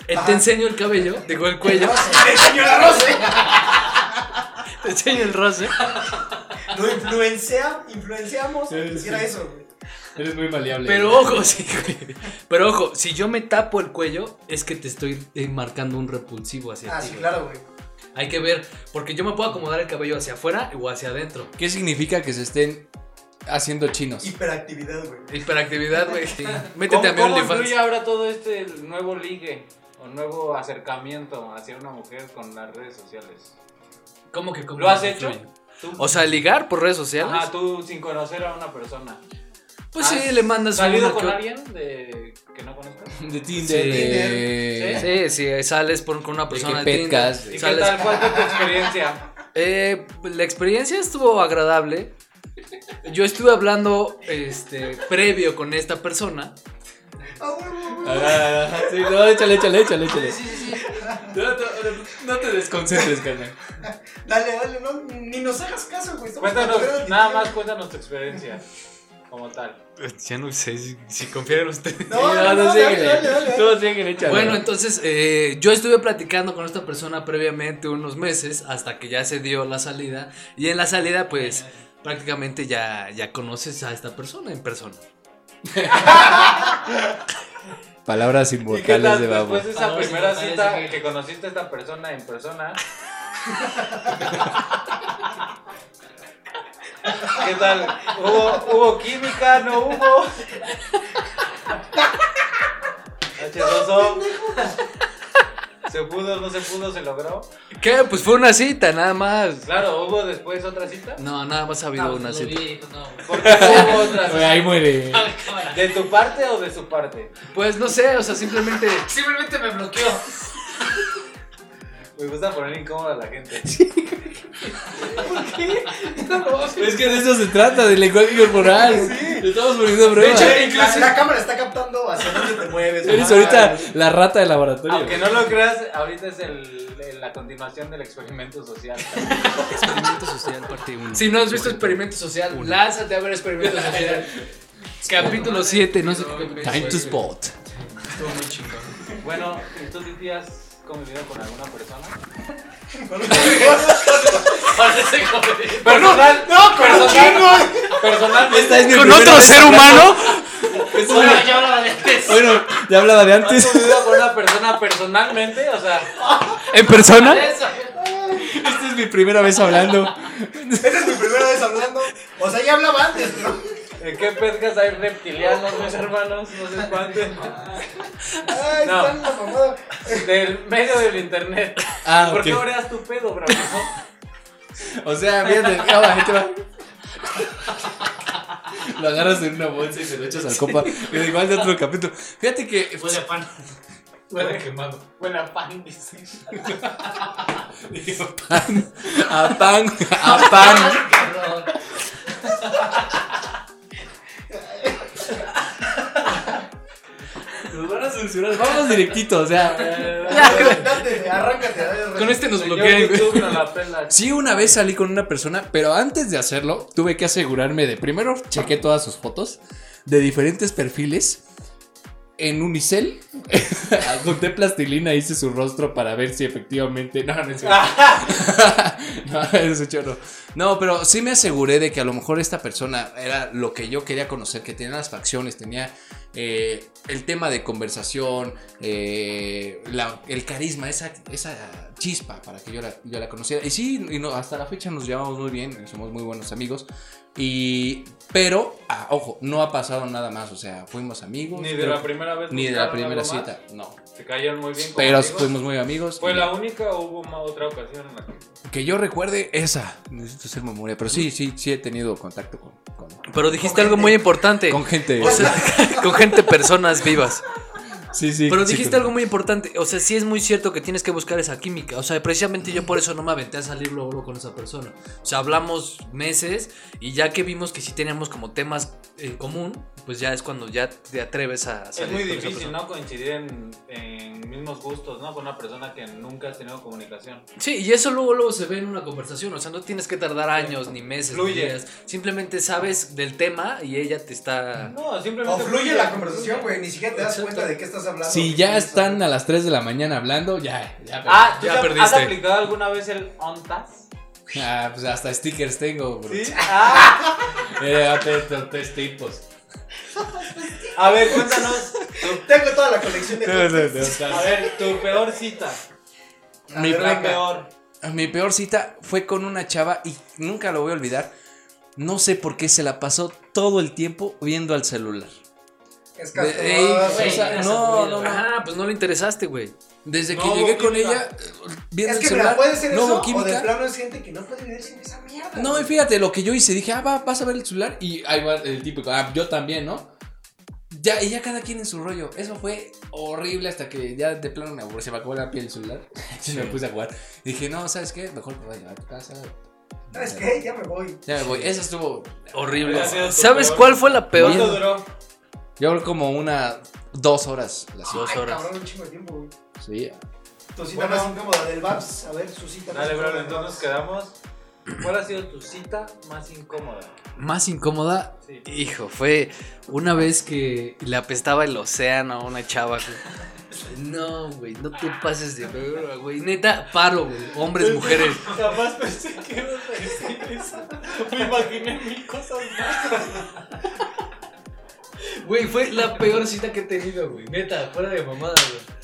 S2: Te enseño el cabello, digo el cuello,
S7: El señor Arroce
S2: te enseño el roce.
S7: Lo influencia, influenciamos. Era eso, güey.
S1: Eres muy maleable.
S2: Pero ojo, sí, güey. Pero ojo, si yo me tapo el cuello, es que te estoy eh, marcando un repulsivo hacia
S7: Ah,
S2: ti.
S7: sí,
S2: güey.
S7: claro, güey.
S2: Hay que ver, porque yo me puedo acomodar el cabello hacia afuera o hacia adentro.
S1: ¿Qué significa que se estén haciendo chinos?
S7: Hiperactividad, güey.
S2: Hiperactividad, güey. Métete
S4: ¿Cómo,
S2: a mi
S4: cómo
S2: OnlyFans.
S4: influye ahora todo este nuevo ligue o nuevo acercamiento hacia una mujer con las redes sociales?
S2: ¿Cómo que cómo
S4: ¿Lo has hecho?
S2: influye?
S4: ¿Tú?
S2: O sea, ligar por redes sociales.
S4: Ajá, tú sin conocer a una persona.
S2: pues sí,
S4: ¿Has
S2: le mandas
S4: ¿Salido
S2: una
S4: con
S2: que-
S4: alguien de... que no conozcas?
S1: De Tinder,
S2: Sí.
S1: de...
S2: Sí, sí, sales por- con una persona
S1: que
S2: de Tinder,
S1: petcas,
S4: ¿Y
S1: güey.
S4: qué
S2: sales-
S4: tal? ¿Cuál fue tu experiencia?
S2: Eh, la experiencia estuvo agradable. Yo estuve hablando este, previo con esta persona.
S1: Ah, sí, no, échale, échale, échale, échale. No, no, no te desconcentres, carnal.
S7: Dale, dale, no, ni nos hagas caso, güey. Estamos fuera
S4: Cuéntanos,
S7: del
S4: nada
S7: idioma.
S4: más cuéntanos tu experiencia como tal.
S2: Ya no sé si, confiar en usted.
S7: No, no, no, dale, dale, dale.
S1: Todos siguen, échale.
S2: Bueno, entonces eh, yo estuve platicando con esta persona previamente unos meses hasta que ya se dio la salida. Y en la salida, pues prácticamente ya, ya conoces a esta persona en persona.
S1: Palabras
S4: ¿Y qué
S1: inmortales
S4: tal
S1: de babo.
S4: después de esa
S5: Amor,
S4: primera
S5: sí, sí,
S4: cita
S5: sí.
S4: que conociste a esta persona en persona? ¿Qué tal? ¿Hubo, hubo química? ¿No hubo? H2O. ¿Se pudo? ¿No se pudo? ¿Se logró?
S2: ¿Qué? Pues fue una cita, nada más.
S4: Claro, ¿hubo después otra cita?
S2: No, nada más ha habido una
S5: lo
S2: cita.
S5: vi y dijo, no, güey.
S4: ¿Por qué hubo otra
S1: Güey, Ahí muere.
S5: Cámara.
S4: ¿De tu parte o de su parte?
S2: Pues no sé, o sea, simplemente.
S5: Simplemente me bloqueó.
S4: Me gusta poner incómoda a la gente.
S1: Es que de eso se trata, del lenguaje corporal. Lo estamos poniendo a prueba.
S2: De hecho,
S7: La-
S2: inclusive-
S7: La cámara está captando hacia dónde te mueves.
S1: Eres
S7: güey.
S1: ahorita la rata del laboratorio.
S4: Aunque no lo creas, ahorita es el- el- la continuación del experimento social.
S2: Experimento social, parte 1. Si no has visto Experimento Social, lánzate a ver Experimento Social. capítulo 7, no sé qué capítulo
S1: Time
S2: fue,
S1: to
S2: güey.
S1: spot.
S2: Estuvo muy chingón.
S4: Bueno, ¿y tú Titi, has convivido con alguna persona? Personal, no, personal, personal,
S1: Esta es mi
S2: ¿Con
S1: primera
S2: otro
S1: vez-
S2: ser humano?
S1: Esta es mi-
S5: Bueno, ya hablaba de antes.
S1: Bueno, ya hablaba de
S4: ¿Has
S1: antes.
S4: convivido con una persona personalmente? O sea,
S2: ¿En persona?
S5: Eso.
S1: Esta es mi primera vez hablando.
S7: Esa es mi primera vez hablando. O sea, ya hablaba antes, ¿no?
S4: ¿en qué pescas hay reptilianos, mis hermanos? No se espanten.
S7: Ay,
S4: No.
S7: están la mamada.
S4: Del medio del internet.
S1: Ah,
S4: ¿Por qué
S1: ok.
S4: oreas tu pedo, bravo?
S1: O sea, fíjate, cava, ahí te va. Lo agarras en una bolsa y se lo echas al copa. Que igual de otro capítulo. Fíjate que.
S5: Huele a pan.
S4: Huele quemado. Huele a pan, dice.
S1: pan, a pan, a pan.
S5: Cabrón.
S1: Nos van a censurar. Vamos directito, o sea.
S7: Date, arráncate. dale, arráncate.
S2: Con este nos
S4: Señor
S2: bloquean, güey.
S4: YouTube no la pela.
S1: Sí, una vez salí con una persona, pero antes de hacerlo, tuve que asegurarme de. Primero chequé todas sus fotos de diferentes perfiles. En Unicel, junté plastilina, hice su rostro para ver si efectivamente. No, no es cierto. no, eso Ah, es choro. No, pero sí me aseguré de que a lo mejor esta persona era lo que yo quería conocer, que tenía las facciones, tenía eh, el tema de conversación, eh, la- el carisma, esa, esa chispa para que yo la, yo la conociera. Y sí, y no, hasta la fecha nos llevamos muy bien, somos muy buenos amigos. Y, pero, ah, ojo, no ha pasado nada más, o sea, fuimos amigos.
S4: Ni de
S1: creo-
S4: la primera vez.
S1: ni de la
S4: buscaron
S1: primera
S4: algo más.
S1: cita, no.
S4: Se cayeron muy bien. como
S1: Pero
S4: amigos.
S1: fuimos muy amigos.
S4: ¿Fue
S1: y-
S4: la única o hubo más otra ocasión en la que.?
S1: Que yo recuerde esa. Necesito hacer memoria. Pero sí, sí, sí he tenido contacto con, con,
S2: Pero dijiste algo muy importante.
S1: con gente.
S2: O sea, con gente, personas vivas.
S1: Sí, sí.
S2: Pero
S1: sí,
S2: dijiste
S1: con-
S2: algo muy importante. O sea, sí es muy cierto que tienes que buscar esa química. O sea, precisamente yo por eso no me aventé a salir luego, luego con esa persona. O sea, hablamos meses y ya que vimos que sí teníamos como temas en común, pues ya es cuando ya te atreves a salir.
S4: Es muy
S2: con esa
S4: difícil,
S2: persona.
S4: ¿no? Coincidir en, en mismos gustos, ¿no? Con una persona que nunca has tenido comunicación.
S2: Sí, y eso luego, luego se ve en una conversación. O sea, no tienes que tardar años, ni meses,
S4: Fluye.
S2: ni días. Simplemente sabes del tema y ella te está.
S4: No,
S7: O
S4: simplemente.
S7: fluye la conversación, güey. Ni siquiera te das cuenta de qué estás hablando.
S1: Si ya están a las 3 de la mañana hablando, ya, ya.
S4: Ah, ¿tú
S2: Ya
S4: ya perdiste. ¿Has
S2: perdiste.
S4: aplicado alguna vez el ONTAS?
S1: Ah, pues hasta stickers tengo, bro.
S4: Sí. Ah,
S1: Eh, tres, tres- tres tipos.
S4: a ver, cuéntanos. tu-
S7: Tengo toda la colección de cosas.
S4: a ver, tu peor cita.
S7: A
S1: Mi
S7: ver,
S1: placa.
S4: La
S7: venga.
S4: peor.
S1: Mi peor cita fue con una chava y nunca lo voy a olvidar. No sé por qué se la pasó todo el tiempo viendo al celular.
S7: Es Ah,
S1: De- ey,
S7: castroso.
S1: o sea, no, no, no.
S2: Ah, pues no le interesaste, güey.
S1: Desde que
S4: No
S1: llegué
S4: hubo
S1: con
S4: química.
S1: ella, eh, viendo
S7: Es
S1: el
S7: que
S1: celular,
S7: mira, puede ser
S1: no
S7: eso
S1: hubo
S7: o de
S1: química.
S7: plano es gente que no puede vivir sin esa mierda.
S1: No, y
S7: güey.
S1: fíjate lo que yo hice. Dije, ah, va, vas a ver el celular. Y ahí va el típico, ah, yo también, ¿no? Ya, y ya cada quien en su rollo. Eso fue horrible hasta que ya de plano me aburrí. Se me acabó la piel el celular. Y me puse a jugar. Dije, no, ¿sabes qué? Mejor me voy a llevar a tu casa.
S7: ¿Sabes qué? Ya me voy.
S1: Ya me voy. Eso estuvo.
S2: Horrible.
S4: Hubiera sido tu
S2: ¿Sabes
S4: peor.
S2: cuál fue la peor?
S4: ¿Cuánto duró?
S1: Yo creo como una. Dos horas. Las
S2: Dos
S7: Ay,
S2: horas.
S7: cabrón, un chingo de tiempo, güey.
S1: Sí.
S7: Tu cita más incómoda del Babs. A ver, su cita más
S4: Dale, bro,
S7: incómoda.
S4: entonces quedamos. ¿Cuál ha sido tu cita más incómoda?
S2: Más incómoda,
S4: Sí.
S2: Hijo, fue una vez que le apestaba el océano a una chava, güey. No, güey, no te pases de verga, güey. Neta, paro, güey. Hombres, mujeres.
S4: Jamás pensé que ibas a decir eso. Me imaginé mil cosas más.
S2: Güey, fue la peor cita que he tenido, güey. Neta, fuera de mamada, güey.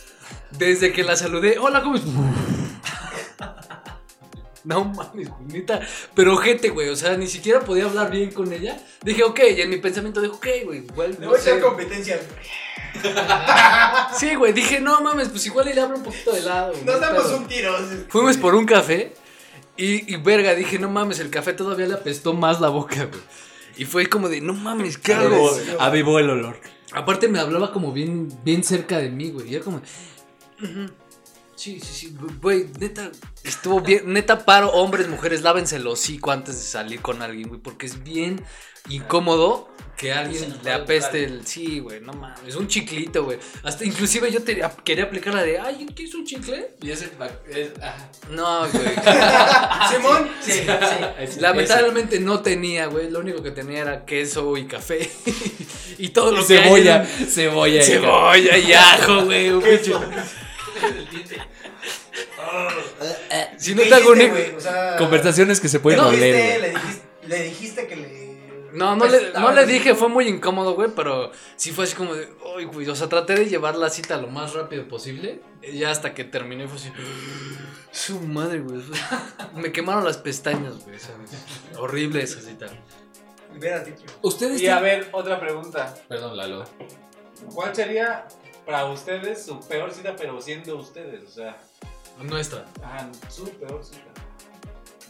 S2: Desde que la saludé, hola, ¿cómo es? No mames, güey, neta. Pero gente, güey, o sea, ni siquiera podía hablar bien con ella. Dije, ok, y en mi pensamiento dije, ok, güey, igual.
S7: Le
S2: no
S7: voy a
S2: sé.
S7: echar competencia.
S2: Sí, güey, dije, no mames, pues igual y le abro un poquito de lado. güey,
S7: Nos
S2: no hay
S7: damos
S2: pedo".
S7: un tiro.
S2: Fuimos por un café y, y verga, dije, no mames, el café todavía le apestó más la boca, güey. Y fue como de, no mames, ¿qué hago?
S1: Avivó el olor.
S2: Aparte me hablaba como bien, bien cerca de mí, güey. Y era como, "Ujú, sí, sí, sí, güey, neta, estuvo bien. Neta, paro, hombres, mujeres, lávense el hocico antes de salir con alguien, güey, porque es bien incómodo que
S5: se
S2: alguien
S5: nos
S2: le
S5: puede
S2: apeste el, sí, güey, no mames, un chiclito, güey. Hasta inclusive yo te, quería aplicar la de, ay, ¿quieres un chicle?
S1: Y ese. es- ah,
S2: No, güey.
S7: Simón. Ah, Sí.
S1: ese-
S2: Lamentablemente no tenía, güey. Lo único que tenía era queso y café. y todo lo
S1: ese-
S2: que hay
S1: Cebolla.
S2: era-
S1: Cebolla.
S2: Cebolla y ajo, güey. un pinche- si no
S7: ¿Qué
S2: te hago
S7: hiciste,
S2: un-
S7: güey? O sea,
S1: Conversaciones que se
S7: ¿le
S1: pueden oler.
S7: dijiste-
S1: güey.
S7: Le dijiste, le dijiste que le.
S2: No, no le, no
S7: apestaba,
S2: le dije, fue muy incómodo, güey, pero sí fue así como de, "Ay, güey, o sea, traté de llevar la cita lo más rápido posible, y ya hasta que terminé fue así, su madre, güey, fue- me quemaron las pestañas, güey, ¿sabes? horrible esa cita.
S7: Ven a ti, güey.
S1: Ustedes.
S4: Y a
S1: tienen-
S4: ver, otra pregunta.
S1: Perdón, Lalo.
S4: ¿Cuál sería para ustedes su peor cita, pero siendo ustedes? O sea,
S2: Nuestra.
S4: ajá, su peor cita.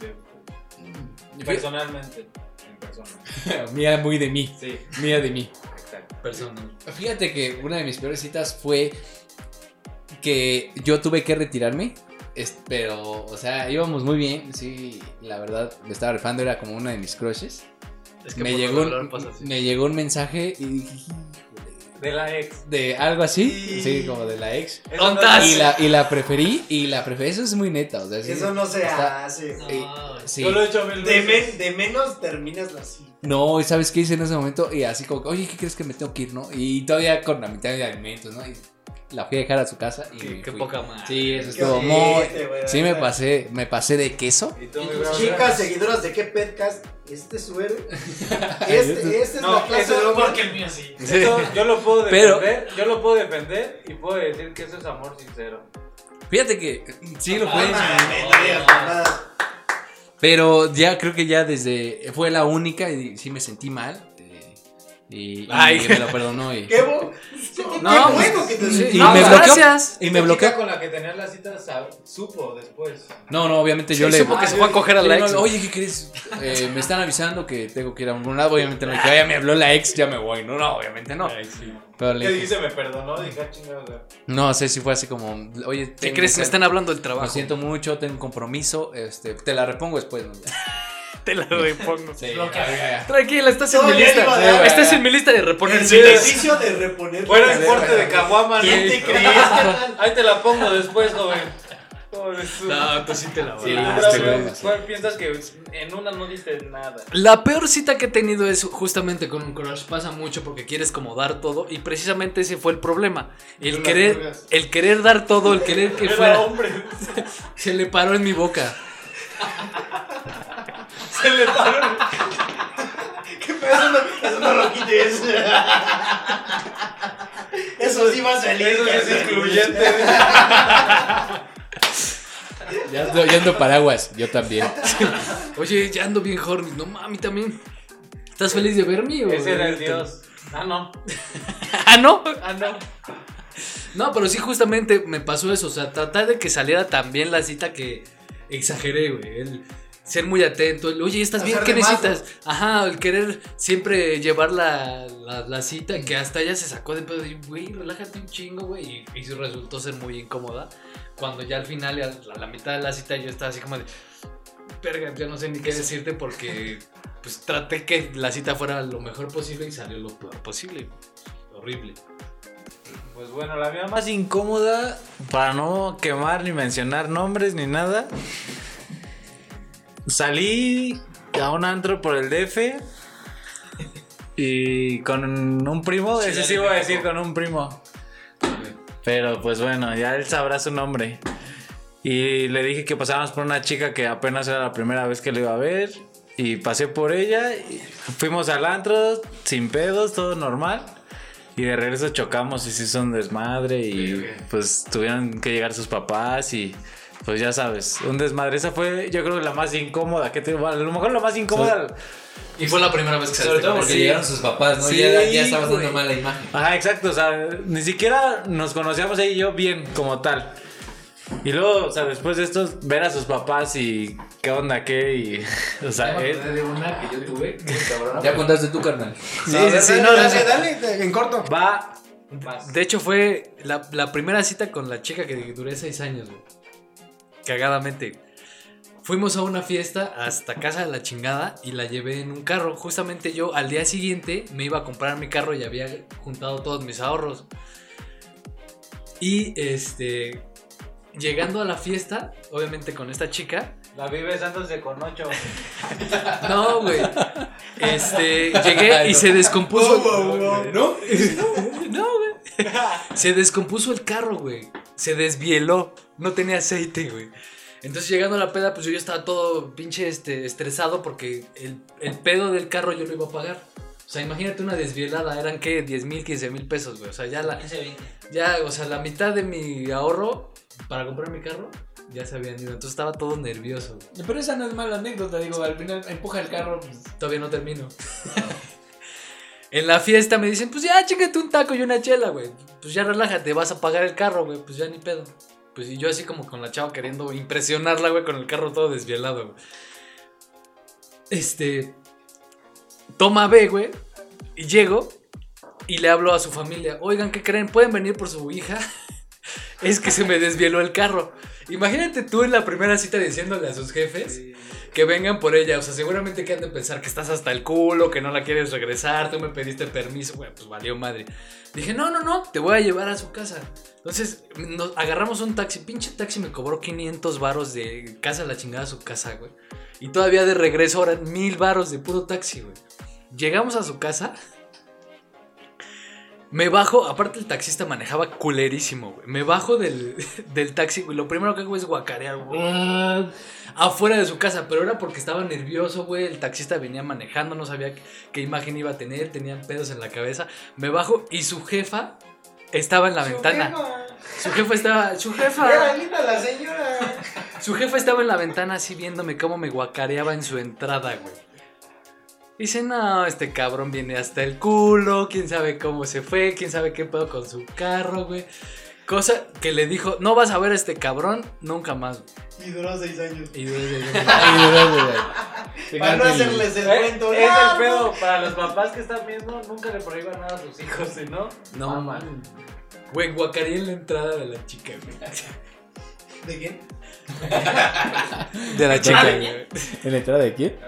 S4: De- personalmente, en persona.
S1: Mía muy de mí.
S4: Sí,
S1: Mía de mí.
S4: exacto.
S2: Personal.
S1: Fíjate que una de mis peores citas fue que yo tuve que retirarme. es- Pero, o sea, íbamos muy bien. Sí, la verdad, me estaba rifando. Era como una de mis crushes.
S2: Es que
S1: me,
S2: por lo
S1: llegó
S2: regular
S1: un,
S2: pasa así.
S1: me llegó un mensaje y dije, "Híjole".
S4: De la ex.
S1: de algo así.
S7: Sí.
S1: Sí, como de la ex.
S4: Eso no-
S2: Tontas.
S1: Y la, y la preferí. Y la preferí. Eso es muy neta. O sea, sí,
S7: Eso no se
S1: está-
S7: hace.
S1: eh, sí.
S4: Yo lo he hecho mil
S7: Ah, De,
S4: veces.
S7: men- de menos terminas la cita.
S1: No, ¿y sabes qué hice en ese momento? Y así como, oye, ¿qué crees que me tengo que ir, no? Y todavía con la mitad de alimentos, ¿no? Y la fui a dejar a su casa y
S2: Qué,
S1: me
S2: qué
S1: fui.
S2: poca madre.
S1: Sí, eso
S7: Qué
S1: estuvo muy...
S7: ojete, güey,
S1: Sí
S7: la
S1: me
S7: neta.
S1: pasé, me pasé de queso.
S4: Y tú,
S5: Y
S4: mi
S5: tus
S4: brother.
S7: Chicas seguidoras de qué podcast, este es su héroe.
S1: Este-
S7: Este, este es
S4: No,
S7: la clase
S4: eso
S7: de
S4: no,
S7: hombre.
S4: porque
S7: el mío sí.
S4: Eso yo lo puedo
S1: Pero-
S4: defender, yo lo puedo defender y puedo decir que eso es amor sincero.
S1: Fíjate que sí lo
S7: Ah,
S1: fue.
S7: Nada.
S1: Pero ya creo que ya desde... Fue la única y sí me sentí mal. eh, Y, y
S2: Ay.
S1: me lo perdonó. Y,
S7: ¿Qué, bo- qué
S2: No,
S7: bueno que te
S2: sí.
S1: y
S2: No,
S1: me
S2: pues,
S1: bloqueó.
S2: gracias.
S1: Y me
S4: La
S1: bloqueó.
S4: chica con la que tenía la cita sab- supo después.
S1: No, no, obviamente yo le.
S2: supo que se fue a coger a
S1: Sí,
S2: la
S1: no,
S2: ex.
S1: Oye, ¿qué crees? Eh, me están avisando que tengo que ir a algún lado. Obviamente no le dije, "Ah, ya me habló la ex, ya me voy. No, no, obviamente no. Pero le
S4: ¿Qué
S1: dije,
S4: dice? Me perdonó. Dije, ah, chingada.
S1: no sé si fue así como, oye,
S2: ¿Qué
S1: tengo
S2: crees?
S1: que-
S2: Me están hablando del
S1: Lo
S2: trabajo.
S1: siento mucho, tengo un compromiso. Este, te la repongo después. ¿no?
S2: Te la repongo.
S1: Sí, ya, ya, ya.
S2: Tranquila, estás en mi
S7: Todavía
S2: lista.
S7: iba a dar-
S2: Estás en mi lista de reponer
S7: El
S2: citas.
S7: beneficio de reponer.
S4: Fuera el corte de caguama, ¿no?
S7: ¿Quién te crees, carnal?
S4: Ahí te la pongo después, joven. Pobrezudo.
S2: No, tú sí te la
S4: Sí,
S1: Ah,
S4: pero
S1: este güey,
S4: ¿cuál piensas que en una no diste nada?
S2: La peor cita que he tenido es justamente con un crush. Pasa mucho porque quieres como dar todo y precisamente ese fue el problema. El
S4: Las
S2: querer,
S4: drogas.
S2: el querer dar todo, el querer que
S4: Era
S2: fuera,
S4: hombre.
S2: se le paró en mi boca.
S4: Se le paró.
S7: ¿Qué pedo? Eso no- Eso no lo quites. Eso sí va a salir.
S4: Eso es
S7: carnal.
S4: excluyente.
S1: Ya ando, ya ando paraguas, yo también.
S2: Oye, ya ando bien horny. No mami, también. ¿Estás feliz de verme o de
S4: Ese era el
S2: verte?
S4: dios. Ah, no.
S2: Ah, no.
S4: Ah, no.
S2: No, pero sí, justamente me pasó eso. O sea, tratar de que saliera tan bien la cita que exageré, güey. El ser muy atento. el, Oye, ¿estás bien?
S7: Hacer
S2: ¿Qué
S7: de más,
S2: necesitas? Ajá, el querer siempre llevar la, la- la cita que hasta ella se sacó de pedo. Y, güey, relájate un chingo, güey. Y, y eso resultó ser muy incómoda. Cuando ya al final, a la, a la mitad de la cita, yo estaba así como de. Verga, ya no sé ni qué decirte porque. Pues traté que la cita fuera lo mejor posible y salió lo peor posible. Horrible.
S4: Pues bueno, la mía más.
S8: más incómoda, para no quemar ni mencionar nombres ni nada, salí a un antro por el DF y con un primo, ese sí voy a decir con un primo. Pero pues bueno, ya él sabrá su nombre. Y le dije que pasábamos por una chica que apenas era la primera vez que le iba a ver. Y pasé por ella, y fuimos al antro, sin pedos, todo normal. Y de regreso chocamos y se hizo un desmadre y pues tuvieron que llegar sus papás y pues ya sabes, un desmadre. Esa fue yo creo la más incómoda que te... A lo mejor la más incómoda...
S2: Y fue la primera vez que saliste
S4: Sobre todo
S2: con
S4: porque
S2: ella.
S1: llegaron sus papás,
S8: ¿no? Ya- ya estabas dando
S1: mala imagen.
S8: Ajá, exacto, o sea, ni siquiera nos conocíamos ella y yo bien como tal. Y luego, o sea, después de esto, ver a sus papás y qué onda, qué, y... O sea,
S2: Me
S8: eh,
S2: acordé de una que yo tuve, muy cabrona.
S1: Ya contaste tú, carnal.
S8: sí, sí, sí, no, no,
S3: dale,
S8: sí.
S3: dale, en corto.
S8: Va,
S2: De hecho, fue la, la primera cita con la chica que duré seis años, güey. Cagadamente. Fuimos a una fiesta hasta casa de la chingada y la llevé en un carro. Justamente yo al día siguiente me iba a comprar mi carro y había juntado todos mis ahorros. Y este. Llegando a la fiesta, obviamente con esta chica.
S4: La vi besándose con ocho.
S2: No, güey. Este. Llegué y se descompuso. No,
S7: ¿No?
S2: güey. Se descompuso el carro, güey. Se desvieló. No tenía aceite, güey. Entonces llegando a la peda, pues yo ya estaba todo pinche este, estresado porque el, el pedo del carro yo lo iba a pagar. O sea, imagínate una desvielada, eran que 10 mil, 15 mil pesos, güey. O sea, ya la, ya, o sea, la mitad de mi ahorro para comprar mi carro ya se habían ido. Entonces estaba todo nervioso. güey.
S1: Pero esa no es mala anécdota, digo, al final empuja el carro. pues,
S2: Todavía no termino. en la fiesta me dicen, pues ya, chécate un taco y una chela, güey. Pues ya relájate, vas a pagar el carro, güey. Pues ya ni pedo. Pues y yo así como con la chava queriendo impresionarla, güey, con el carro todo desvielado, güey. Este... Toma B, güey. Y llego y le hablo a su familia. Oigan, ¿qué creen? ¿Pueden venir por su hija? es que se me desvieló el carro. Imagínate tú en la primera cita diciéndole a sus jefes que vengan por ella. O sea, seguramente que han de pensar que estás hasta el culo, que no la quieres regresar, tú me pediste permiso, güey, pues valió madre. Dije, no, no, no, te voy a llevar a su casa. Entonces, nos agarramos un taxi, pinche taxi me cobró 500 varos de casa a la chingada a su casa, güey. Y todavía de regreso ahora mil varos de puro taxi, güey. Llegamos a su casa. Me bajo, aparte el taxista manejaba culerísimo, güey. Me bajo del, del taxi, güey. Lo primero que hago es guacarear, güey afuera de su casa, pero era porque estaba nervioso, güey. El taxista venía manejando, no sabía qué- qué imagen iba a tener, tenían pedos en la cabeza. Me bajo y su jefa estaba en la ventana. Su jefa estaba, su
S7: Era
S2: jefa,
S7: linda la señora.
S2: su jefa estaba en la ventana así viéndome cómo me guacareaba en su entrada, güey. Dice, no, este cabrón viene hasta el culo, quién sabe cómo se fue, quién sabe qué pedo con su carro, güey. Cosa que le dijo, no vas a ver a este cabrón nunca más. güey".
S7: Y duró seis años.
S2: Y duró seis años.
S7: Para no hacerles el
S4: Es,
S7: cuento.
S4: es
S7: largo.
S4: el pedo para los papás que están viendo, nunca le prohíban nada a sus hijos, ¿sí, ¿no?
S2: No,
S4: Mamá.
S2: Güey, guacarí en la entrada de la chica, güey.
S7: ¿De quién?
S8: De la chica. ¿En la entrada de quién?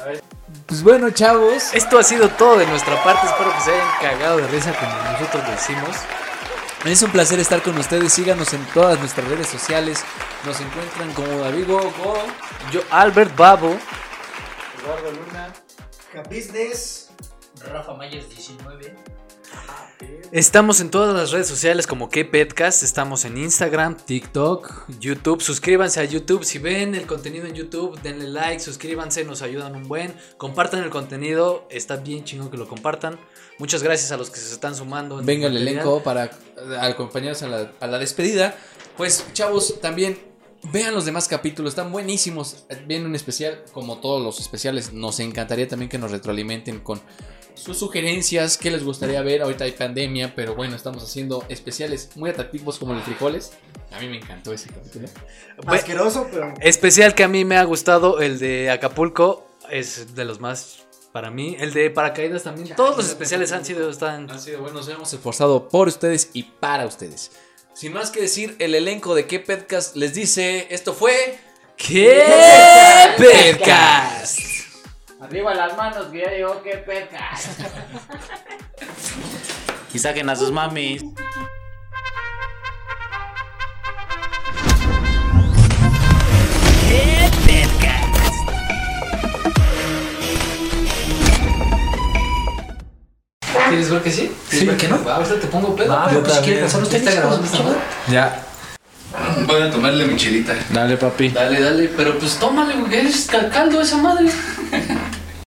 S8: Pues bueno, chavos.
S2: Esto ha sido todo de nuestra parte. Espero que se hayan cagado de risa como nosotros lo hicimos.
S1: Es un placer estar con ustedes. Síganos en todas nuestras redes sociales. Nos encuentran como David Gogo.
S2: Yo, Albert Babo.
S4: Eduardo Luna.
S7: Business.
S5: Rafa Mayas 19.
S2: Estamos en todas las redes sociales como que podcast Estamos en Instagram, TikTok, YouTube. Suscríbanse a YouTube. Si ven el contenido en YouTube, denle like, suscríbanse, nos ayudan un buen. Compartan el contenido. Está bien chingón que lo compartan. Muchas gracias a los que se están sumando. en
S1: Venga el
S2: comunidad.
S1: elenco para eh, acompañarnos a la, a la despedida. Pues, chavos, también vean los demás capítulos. Están buenísimos. Viene un especial, como todos los especiales. Nos encantaría también que nos retroalimenten con sus sugerencias. ¿Qué les gustaría ver? Ahorita hay pandemia, pero bueno, estamos haciendo especiales muy atractivos como los frijoles. A mí me encantó ese capítulo.
S7: Pues,
S2: Ve-
S7: Asqueroso, pero.
S2: Especial que a mí me ha gustado, el de Acapulco, es de los más para mí. El de Paracaídas también. Todos los especiales han sido, están...
S1: Han sido buenos, hemos esforzado por ustedes y para ustedes. Sin más que decir, el elenco de qué podcast les dice, esto fue
S2: ¡Qué podcast!
S4: Arriba las manos, que ya llegó, qué peca.
S8: Y saquen a sus mamis.
S2: ¿Quieres ver que sí?
S5: Sí, ¿por qué no?
S2: Ahorita te pongo pedo.
S5: Ah,
S2: pero
S5: yo
S2: pues si
S5: también.
S2: quieres pasar los tenis, pues, chaval.
S8: Ya.
S9: Voy a tomarle mi chilita.
S8: Dale, papi.
S2: Dale, dale, pero pues tómale, güey, es ca- caldo esa madre.